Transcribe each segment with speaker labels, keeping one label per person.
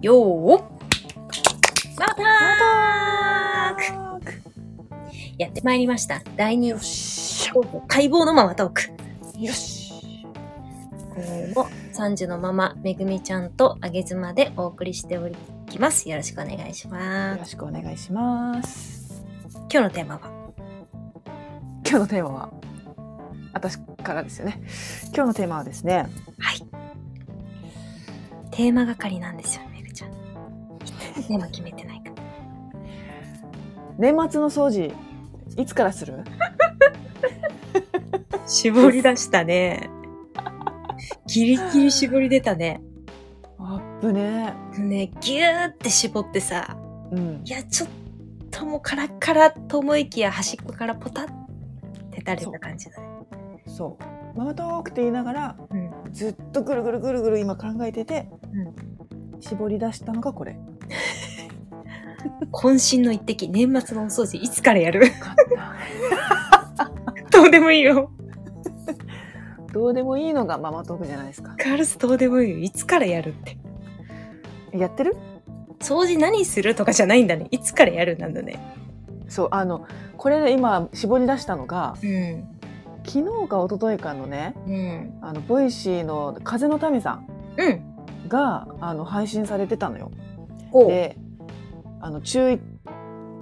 Speaker 1: よーおママタークやってまいりました。第2
Speaker 2: よし
Speaker 1: 待望のママトーク。
Speaker 2: ょよし
Speaker 1: 今後も3時のママ、めぐみちゃんとあげずまでお送りしております。よろしくお願いしま
Speaker 2: よろ
Speaker 1: す。
Speaker 2: しくお願いします
Speaker 1: 今日のテーマは、
Speaker 2: 今日のテーマは私からですよね今日のテーマはですね
Speaker 1: テーマ係なんですよ、めぐちゃん。テーマ決めてないから。
Speaker 2: 年末の掃除いつからする
Speaker 1: 絞り出したね。 ギリギリ絞り出たね。
Speaker 2: あっぶね
Speaker 1: ね、ギューって絞ってさ、
Speaker 2: うん
Speaker 1: いや、ちょっともうカラッカラと思いきや端っこからポタって垂れた感じだね。
Speaker 2: そうママトークって言いながら
Speaker 1: うん。
Speaker 2: ずっとぐるぐるぐるぐる今考えてて、絞り出したのがこれ
Speaker 1: 渾身の一滴、年末のお掃除いつからやる
Speaker 2: かっ
Speaker 1: どうでもいいよ。
Speaker 2: たどうでもいいのがママトークじゃないですか
Speaker 1: カールスどうでもいいよ。いつからやるって。
Speaker 2: やってる
Speaker 1: 掃除何するとかじゃないんだね。いつからやるなんだね。
Speaker 2: そうあのこれで今絞り出したのが
Speaker 1: うん。
Speaker 2: 昨日か一昨日かのね
Speaker 1: うん。
Speaker 2: あのボイシーの「風の民さん
Speaker 1: うん。」
Speaker 2: があの配信されてたのよ。
Speaker 1: こう。
Speaker 2: であの注意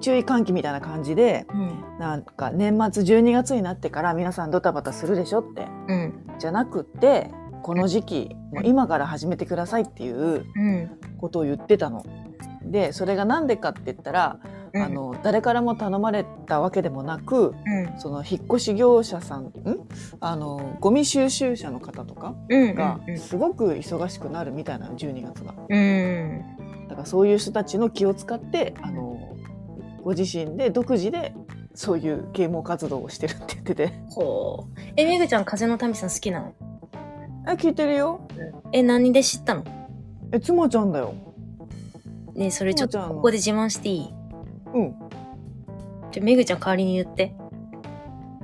Speaker 2: 注意喚起みたいな感じで
Speaker 1: うん。
Speaker 2: なんか年末12月になってから皆さんドタバタするでしょって
Speaker 1: うん。
Speaker 2: じゃなくってこの時期もう今から始めてくださいっていう
Speaker 1: うん。
Speaker 2: ことを言ってたの。でそれが何でかって言ったら、
Speaker 1: うん
Speaker 2: あ、の誰からも頼まれたわけでもなく
Speaker 1: うん。
Speaker 2: その引っ越し業者さんんあのゴミ収集者の方とか
Speaker 1: うん。
Speaker 2: がすごく忙しくなるみたいなの12月が
Speaker 1: うん。
Speaker 2: だからそういう人たちの気を使ってあのご自身で独自でそういう啓蒙活動をしてるって言って て
Speaker 1: こう。え、めぐちゃん、風の民さん好きなの
Speaker 2: あ聞いてるよ
Speaker 1: え、何で知ったの
Speaker 2: え妻ちゃんだよ
Speaker 1: ねえそれちょっと
Speaker 2: そうじゃん
Speaker 1: ここで自慢していい
Speaker 2: うん
Speaker 1: じゃあめぐちゃん代わりに言って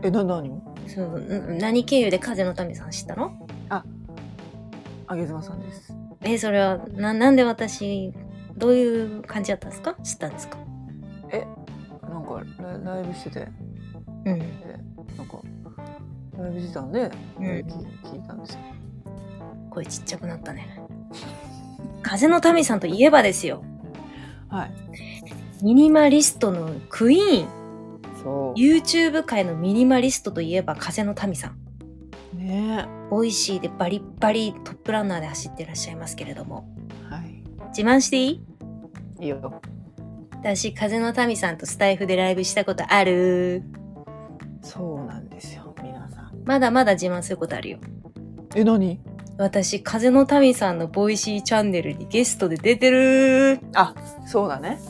Speaker 2: えな何を
Speaker 1: そうな何経由で風の民さん知ったの
Speaker 2: あげずまさんです
Speaker 1: えそれはななんで私どういう感じだったんですか知ったんですか
Speaker 2: なんかラライブしてて
Speaker 1: うん
Speaker 2: でなんかライブしてたんで、
Speaker 1: うん
Speaker 2: 聞聞いたんですよ
Speaker 1: 声ちっちゃくなったね風の民さんといえばですよ
Speaker 2: はい
Speaker 1: ミニマリストのクイーン
Speaker 2: そ
Speaker 1: YouTube 界のミニマリストといえば風の民さん
Speaker 2: うね
Speaker 1: ボイシーでバリッバリトップランナーで走ってらっしゃいますけれども
Speaker 2: はい
Speaker 1: 自慢していい
Speaker 2: いいよ
Speaker 1: 私風の民さんとスタイフでライブしたことある
Speaker 2: そうなんですよ皆さん
Speaker 1: まだまだ自慢することあるよ
Speaker 2: え何
Speaker 1: 私風の民さんのボイシーチャンネルにゲストで出てる
Speaker 2: あそうだね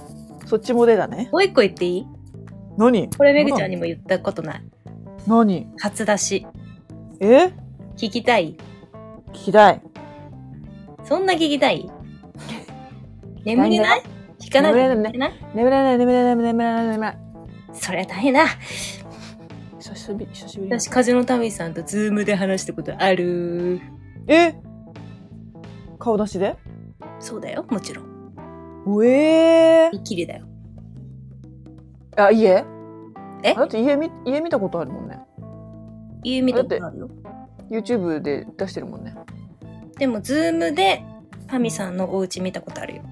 Speaker 2: そっちも出だね
Speaker 1: もう一個言っていい
Speaker 2: 何
Speaker 1: これめぐちゃんにも言ったことない
Speaker 2: 何
Speaker 1: 初出し
Speaker 2: え
Speaker 1: 聞きたい
Speaker 2: 聞きたい
Speaker 1: そんな聞きたい眠れない聞かない
Speaker 2: 眠れない
Speaker 1: ない
Speaker 2: 眠れない眠れない眠れない眠れない
Speaker 1: そりゃ大変だ
Speaker 2: 久しぶり久しぶり
Speaker 1: 私風の民さんとズームで話したことある
Speaker 2: え顔出しで
Speaker 1: そうだよもちろん
Speaker 2: うえ
Speaker 1: いっきりだよ
Speaker 2: ー、あ家
Speaker 1: え
Speaker 2: だって家見家見たことあるもんね
Speaker 1: 言う見たことあるよ
Speaker 2: YouTube で出してるもんね
Speaker 1: でもズームで民さんのお家見たことあるよ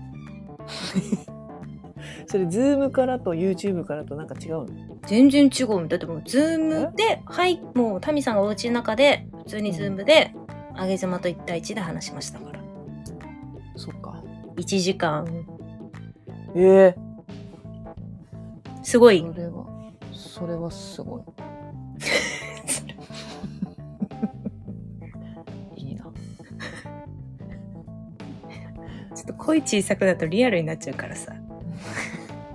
Speaker 2: それ Zoom からと YouTube からとなんか違うの
Speaker 1: 全然違うんだってもうズームではいもうタミさんがお家の中で普通にズームで上げ妻と一対一で話しましたから
Speaker 2: そっか
Speaker 1: 1時間
Speaker 2: ええ
Speaker 1: すごい
Speaker 2: それはそれはすご いいいな
Speaker 1: ちょっと声小さくなるとリアルになっちゃうからさ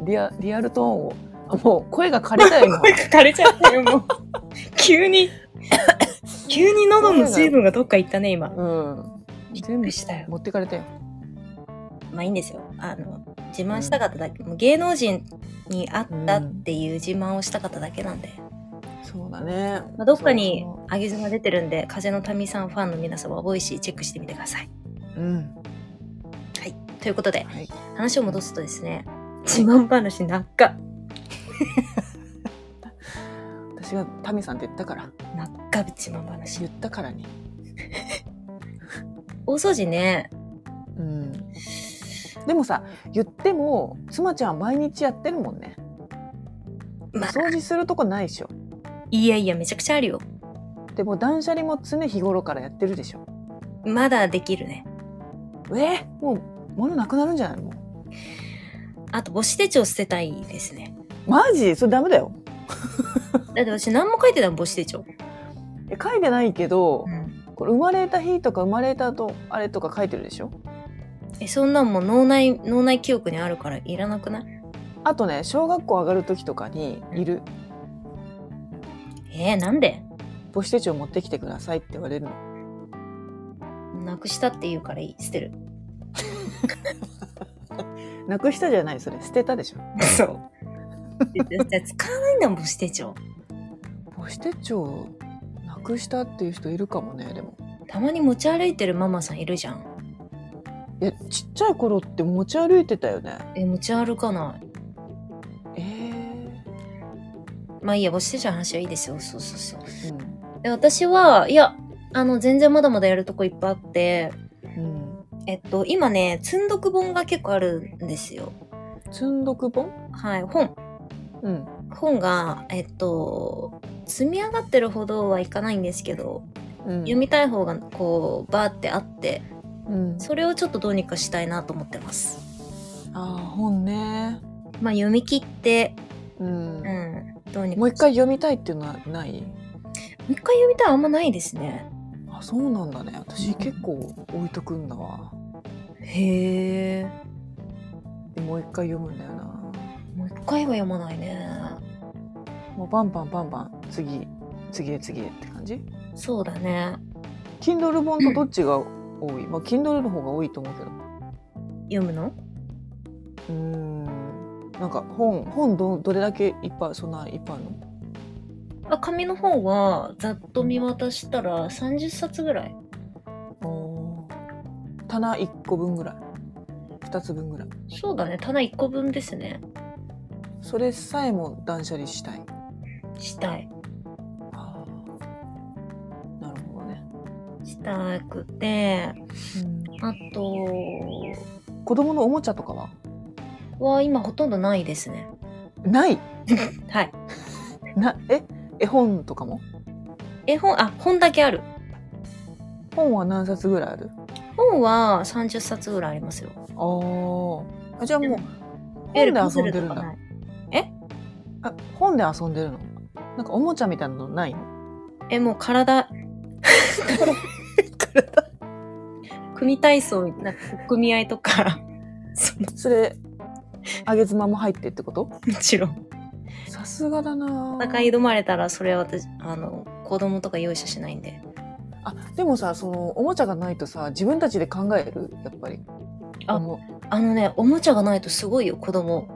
Speaker 2: リアリアルトーンをあもう声が枯れたよ 今
Speaker 1: 声が枯れちゃったよもう 急に急に喉の水分がどっか行ったね今
Speaker 2: うん
Speaker 1: びっ
Speaker 2: 全
Speaker 1: く
Speaker 2: 部
Speaker 1: りしたよ
Speaker 2: 持ってかれたよ
Speaker 1: まあいいんですよあの自慢したかっただけ、もう芸能人に会ったっていう自慢をしたかっただけなんで、
Speaker 2: そうだね、
Speaker 1: まあ、どっかに
Speaker 2: そう
Speaker 1: 上げ妻出てるんで風の民さんファンの皆様はボイシーチェックしてみてください
Speaker 2: そううん
Speaker 1: はい。ということで、
Speaker 2: はい
Speaker 1: 話を戻すとですね、自慢話なっか、
Speaker 2: 私がタミさんって言ったから
Speaker 1: なっか自慢話
Speaker 2: 言。ったからに
Speaker 1: 大掃除ね、
Speaker 2: うんでもさ言っても妻ちゃん毎日やってるもんね
Speaker 1: まあ、
Speaker 2: 掃除するとこないでしょ
Speaker 1: いやいや、めちゃくちゃあるよ。
Speaker 2: でも断捨離も常日頃からやってるでしょ
Speaker 1: まだできるね。
Speaker 2: えーもう物なくなるんじゃないの
Speaker 1: あと、母子手帳捨てたいですね。
Speaker 2: マジそれダメだよ
Speaker 1: だって私何も書いてたの母子手帳。
Speaker 2: え書いてないけど
Speaker 1: ん。
Speaker 2: これ生まれた日とか生まれたとあれとか書いてるでしょ
Speaker 1: え、そんなんもう脳内、脳内記憶にあるからいらなくない
Speaker 2: あとね小学校上がる時とかにいる
Speaker 1: えー、なんで
Speaker 2: 母子手帳持ってきてくださいって言われるの
Speaker 1: なくしたって言うからいい。捨てる。
Speaker 2: なくしたじゃないそれ捨てたでしょ
Speaker 1: そう。使わないんだもん、母子手帳。
Speaker 2: 母子手帳なくしたっていう人いるかもねでも
Speaker 1: たまに持ち歩いてるママさんいるじゃん。
Speaker 2: いやちっちゃい頃って持ち歩いてたよね
Speaker 1: え、持ち歩かない。
Speaker 2: え
Speaker 1: まあいいや、母子手帳の話はいいですよ。そうそうそう。
Speaker 2: えー
Speaker 1: で私は、いや、あの、全然まだまだやるとこいっぱいあって、
Speaker 2: うん、
Speaker 1: えっと、今ね、積んどく本が結構あるんですよ。
Speaker 2: うん、積んどく本
Speaker 1: はい、本。
Speaker 2: うん
Speaker 1: 本が、えっと、積み上がってるほどはいかないんですけど、
Speaker 2: うん
Speaker 1: 読みたい方がこう、バーってあって、
Speaker 2: うん、
Speaker 1: それをちょっとどうにかしたいなと思ってます。
Speaker 2: あー本ね、
Speaker 1: まあ、読み切って、
Speaker 2: うん
Speaker 1: うん、どうにか。
Speaker 2: もう一。回読みたいっていうのはない
Speaker 1: もう一回読みたいあんまないですね。
Speaker 2: あそうなんだね私結構置いとくんだわ
Speaker 1: へえ。
Speaker 2: でもう一回読むんだよな
Speaker 1: もう一回は読まないね。
Speaker 2: もうバンバンバンバン次次へ次へって感じ
Speaker 1: そうだね。
Speaker 2: Kindle 本とどっちが多い、まあ Kindle の方が多いと思うけど
Speaker 1: 読むの
Speaker 2: うーんなんか本本どどれだけいっぱいそんないっぱいあるの
Speaker 1: あ紙の方はざっと見渡したら30冊ぐらい
Speaker 2: 棚1個分ぐらい2つ分ぐらい
Speaker 1: そうだね棚1個分ですね
Speaker 2: それさえも断捨離したい
Speaker 1: したい
Speaker 2: あーなるほどね、
Speaker 1: したくてあと
Speaker 2: 子供のおもちゃとかは
Speaker 1: は今ほとんどないですね
Speaker 2: ない
Speaker 1: はい
Speaker 2: なえ絵本とかも
Speaker 1: 絵本あ本だけある
Speaker 2: 本は何冊ぐらいある
Speaker 1: 本は30冊ぐらいありますよ
Speaker 2: あーあじゃあもう
Speaker 1: い
Speaker 2: 本
Speaker 1: わゆる
Speaker 2: で遊んでる
Speaker 1: パズルと
Speaker 2: ん
Speaker 1: か
Speaker 2: だ
Speaker 1: ない
Speaker 2: あ本で遊んでるのなんかおもちゃみたいなのないの
Speaker 1: えもう体
Speaker 2: 体
Speaker 1: 組体操みたいな組合とかその
Speaker 2: それあげ妻も入ってってこと
Speaker 1: もちろん
Speaker 2: さすがだな
Speaker 1: 戦い挑まれたらそれは私あの子供とか容赦しないんで
Speaker 2: あでもさそのおもちゃがないとさ自分たちで考えるやっぱり
Speaker 1: あ
Speaker 2: も
Speaker 1: あのねおもちゃがないとすごいよ子供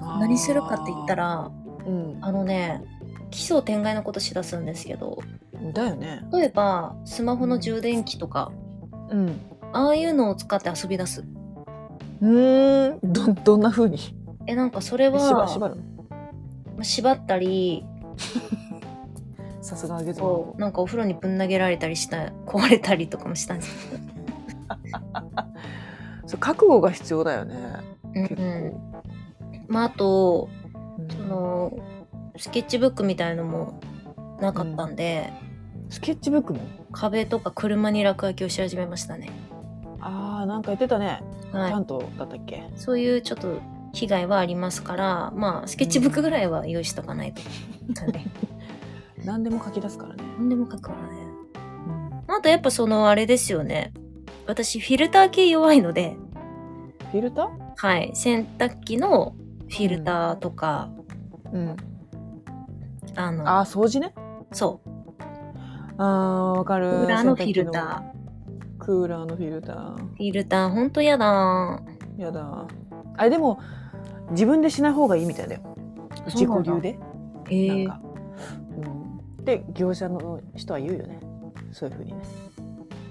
Speaker 2: あー
Speaker 1: 何するかって言ったら
Speaker 2: うん
Speaker 1: あのね奇想天外なことしだすんですけど
Speaker 2: だよね
Speaker 1: 例えばスマホの充電器とか、
Speaker 2: うん
Speaker 1: ああいうのを使って遊び出す
Speaker 2: うーんどどんな風にし
Speaker 1: えなんかそれは
Speaker 2: ばしばるの
Speaker 1: まあ縛ったり
Speaker 2: さすがあげ妻
Speaker 1: こうなんかお風呂にぶん投げられたりした壊れたりとかもしたんです
Speaker 2: そう覚悟が必要だよね
Speaker 1: け
Speaker 2: 結
Speaker 1: ど、
Speaker 2: 構、
Speaker 1: うんうん、まああと
Speaker 2: うん
Speaker 1: そのスケッチブックみたいのもなかったんで、
Speaker 2: スケッチブックも
Speaker 1: 壁とか車に落書きをし始めましたね、
Speaker 2: あーなんか言ってたね、
Speaker 1: はい
Speaker 2: ちゃ、んとだったっけ
Speaker 1: そういうちょっと被害はありますから、まあ、スケッチブックぐらいは用意しとか ないと。
Speaker 2: 何でも書き出すからね、
Speaker 1: 何でも書くからね。あとやっぱそのあれですよね。私フィルター系弱いので、
Speaker 2: フィルター
Speaker 1: はい、洗濯機のフィルターとか、
Speaker 2: うん
Speaker 1: あの、
Speaker 2: あー掃除ね
Speaker 1: そう、
Speaker 2: あーわかる
Speaker 1: クーラーのフィルタ
Speaker 2: ークーラーのフィルター
Speaker 1: ー。フィルター、ほんとやだ
Speaker 2: やだあれでも自分でしない方がいいみたいだよ
Speaker 1: そう
Speaker 2: 自己
Speaker 1: なんだ
Speaker 2: 流で
Speaker 1: え
Speaker 2: な
Speaker 1: ー、
Speaker 2: んか、うん、で業者の人は言うよねそういうふうにね、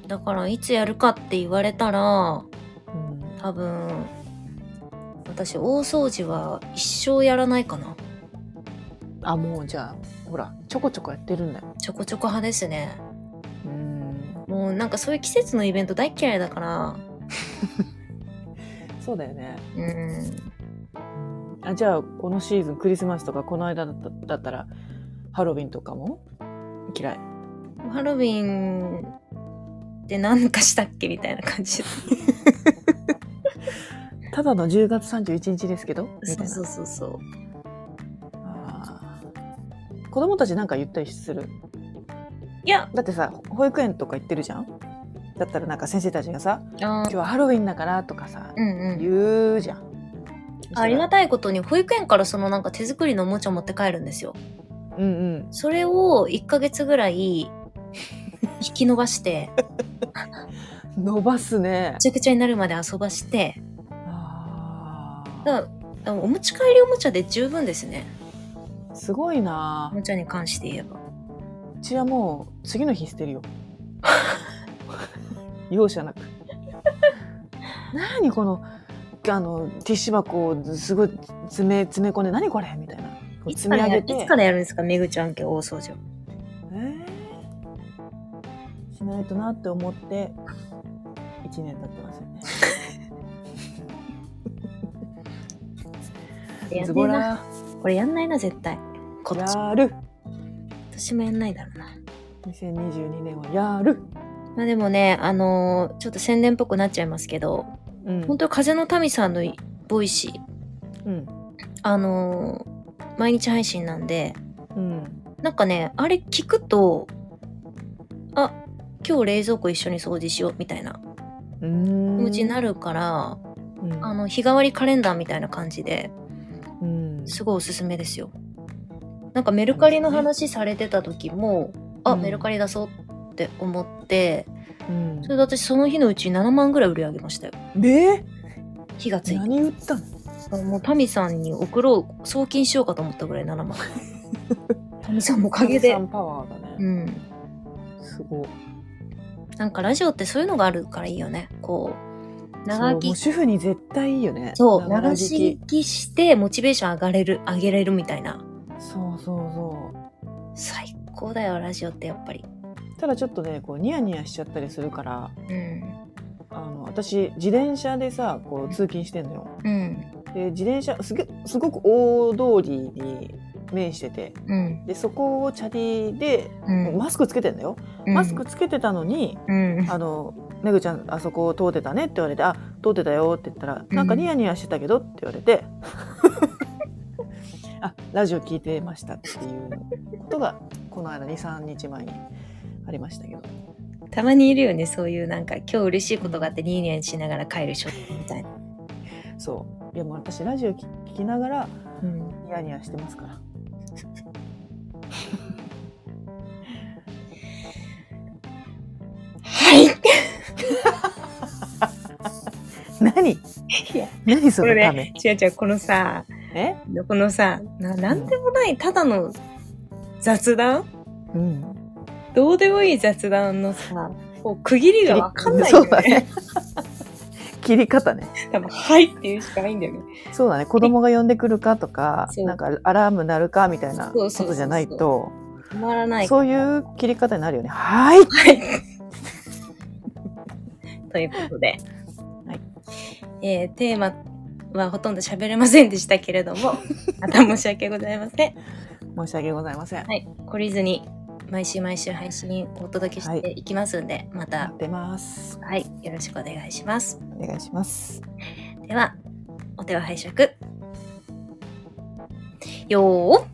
Speaker 1: だからいつやるかって言われたら、
Speaker 2: うん
Speaker 1: 多分私大掃除は一生やらないかな
Speaker 2: あもうじゃあほらちょこちょこやってるんだよ
Speaker 1: ちょこちょこ派ですね
Speaker 2: うん
Speaker 1: もうなんかそういう季節のイベント大っ嫌いだから
Speaker 2: そうだよね
Speaker 1: うん
Speaker 2: あじゃあこのシーズンクリスマスとかこの間だっただったらハロウィンとかも嫌い
Speaker 1: ハロウィンって何かしたっけみたいな感じ
Speaker 2: ただの10月31日ですけどみたい
Speaker 1: そうそ
Speaker 2: な
Speaker 1: うそうそう
Speaker 2: あー子供たちなんか言ったりする
Speaker 1: いや
Speaker 2: だってさ保育園とか行ってるじゃんだったらなんか先生たちがさ
Speaker 1: あ
Speaker 2: 「今日はハロウィンだから」とかさ
Speaker 1: うんうん
Speaker 2: 言うじゃん
Speaker 1: ありが
Speaker 2: た
Speaker 1: たいことに保育園からそのなんか手作りのおもちゃ持って帰るんですよ
Speaker 2: うんうん
Speaker 1: それを1ヶ月ぐらい引き伸ば して
Speaker 2: 伸ばすね
Speaker 1: めちゃくちゃになるまで遊ばして
Speaker 2: あ
Speaker 1: だ
Speaker 2: ー
Speaker 1: からお持ち帰りおもちゃで十分ですね
Speaker 2: すごいな
Speaker 1: おもちゃに関して言えば
Speaker 2: うちはもう次の日捨てるよ 容赦なく何このあのティッシュ箱をすごい詰め詰め込んで何これみたいなこう
Speaker 1: いつ
Speaker 2: 積
Speaker 1: か
Speaker 2: み
Speaker 1: ら
Speaker 2: 上
Speaker 1: や
Speaker 2: げ
Speaker 1: る
Speaker 2: て
Speaker 1: いつからやるんですかめぐちゃん家大掃除を
Speaker 2: えーしないとなって思って1年経ってますよね。
Speaker 1: や
Speaker 2: ズ
Speaker 1: んね
Speaker 2: ボ
Speaker 1: えな
Speaker 2: ラ
Speaker 1: これやんないな絶対こっち
Speaker 2: やる
Speaker 1: 私もやんないだろうな
Speaker 2: !2022 年はやる、
Speaker 1: まあでもねあのーちょっと宣伝っぽくなっちゃいますけど
Speaker 2: うん
Speaker 1: 本当に風の民さんのボイシー
Speaker 2: うん
Speaker 1: あのー毎日配信なんで
Speaker 2: うん、
Speaker 1: なんかねあれ聞くとあ今日冷蔵庫一緒に掃除しようみたいな
Speaker 2: う
Speaker 1: 気
Speaker 2: ん
Speaker 1: 持ちになるから、
Speaker 2: うん
Speaker 1: あの日替わりカレンダーみたいな感じで
Speaker 2: うん
Speaker 1: すごいおすすめですよ。なんかメルカリの話されてた時も、あ、
Speaker 2: うん
Speaker 1: メルカリ出そうって思って、
Speaker 2: うん
Speaker 1: それで私その日のうちに7万ぐらい売り上げましたよ。
Speaker 2: で
Speaker 1: 火がつい
Speaker 2: 何売ったの
Speaker 1: て。もうタミさんに送ろう、送金しようかと思ったぐらい7万。タミさんのおかげで
Speaker 2: 炭。酸パワーだ
Speaker 1: う
Speaker 2: ね、
Speaker 1: ん。
Speaker 2: すごい
Speaker 1: なんかラジオってそういうのがあるからいいよね。こう、長生
Speaker 2: そうもう
Speaker 1: き、
Speaker 2: 主婦に絶対いいよね
Speaker 1: そう、長
Speaker 2: 長引
Speaker 1: 生
Speaker 2: き
Speaker 1: きしてモチベーション上がれる、上げれるみたいな。
Speaker 2: そうそうそ
Speaker 1: 最高だよ、ラジオってやっぱり。
Speaker 2: うただちょっとねこうニヤニヤしちゃったりするから
Speaker 1: うん。
Speaker 2: あの私自転車でさこう通勤してんのよ
Speaker 1: うん。
Speaker 2: で自転車すげすごく大通りに面してて
Speaker 1: うん。
Speaker 2: でそこをチャリで
Speaker 1: うん。
Speaker 2: マスクつけてんだよ、
Speaker 1: うん
Speaker 2: マスクつけてたのに
Speaker 1: うん
Speaker 2: 「あのめぐちゃんあそこを通ってたね」って言われて「あ通ってたよ」って言ったら「なんかニヤニヤしてたけど」って言われて 「あラジオ聞いてました」っていうことがこの間23日前にありましたけど
Speaker 1: たまにいるよねそういうなんか今日嬉しいことがあってニーニヤしながら帰る人みたいな、
Speaker 2: そういやもう私ラジオ聞聞きながら
Speaker 1: うん、
Speaker 2: ニヤニヤしてますから。
Speaker 1: はい
Speaker 2: 何
Speaker 1: や
Speaker 2: 何そ
Speaker 1: これ
Speaker 2: のため、
Speaker 1: ね違う違うこのさ
Speaker 2: え
Speaker 1: このさななんでもないただの雑談
Speaker 2: うん
Speaker 1: どうでもいい雑談のさこう区切りがわかんない
Speaker 2: そ
Speaker 1: よ
Speaker 2: うだ
Speaker 1: ね
Speaker 2: ね 切り方ね
Speaker 1: 多分「はい」っていうしかないんだよね
Speaker 2: そうだね子供が呼んでくるかとか
Speaker 1: そう
Speaker 2: なんかアラーム鳴るかみたいな
Speaker 1: そ
Speaker 2: こ
Speaker 1: うそうそうそう
Speaker 2: とじゃないと
Speaker 1: 止まらない
Speaker 2: そういう切り方になるよねはい
Speaker 1: ということで、
Speaker 2: はい
Speaker 1: えーテーマはほとんど喋れませんでしたけれど もまた申し訳ございません
Speaker 2: 申し訳ございません
Speaker 1: はい、懲りずに毎週毎週配信をお届けしていきますんで、ま
Speaker 2: や
Speaker 1: た
Speaker 2: っ、てます
Speaker 1: はい、よろしくお願いします。
Speaker 2: お願いします
Speaker 1: では、お手を拝借。よーっ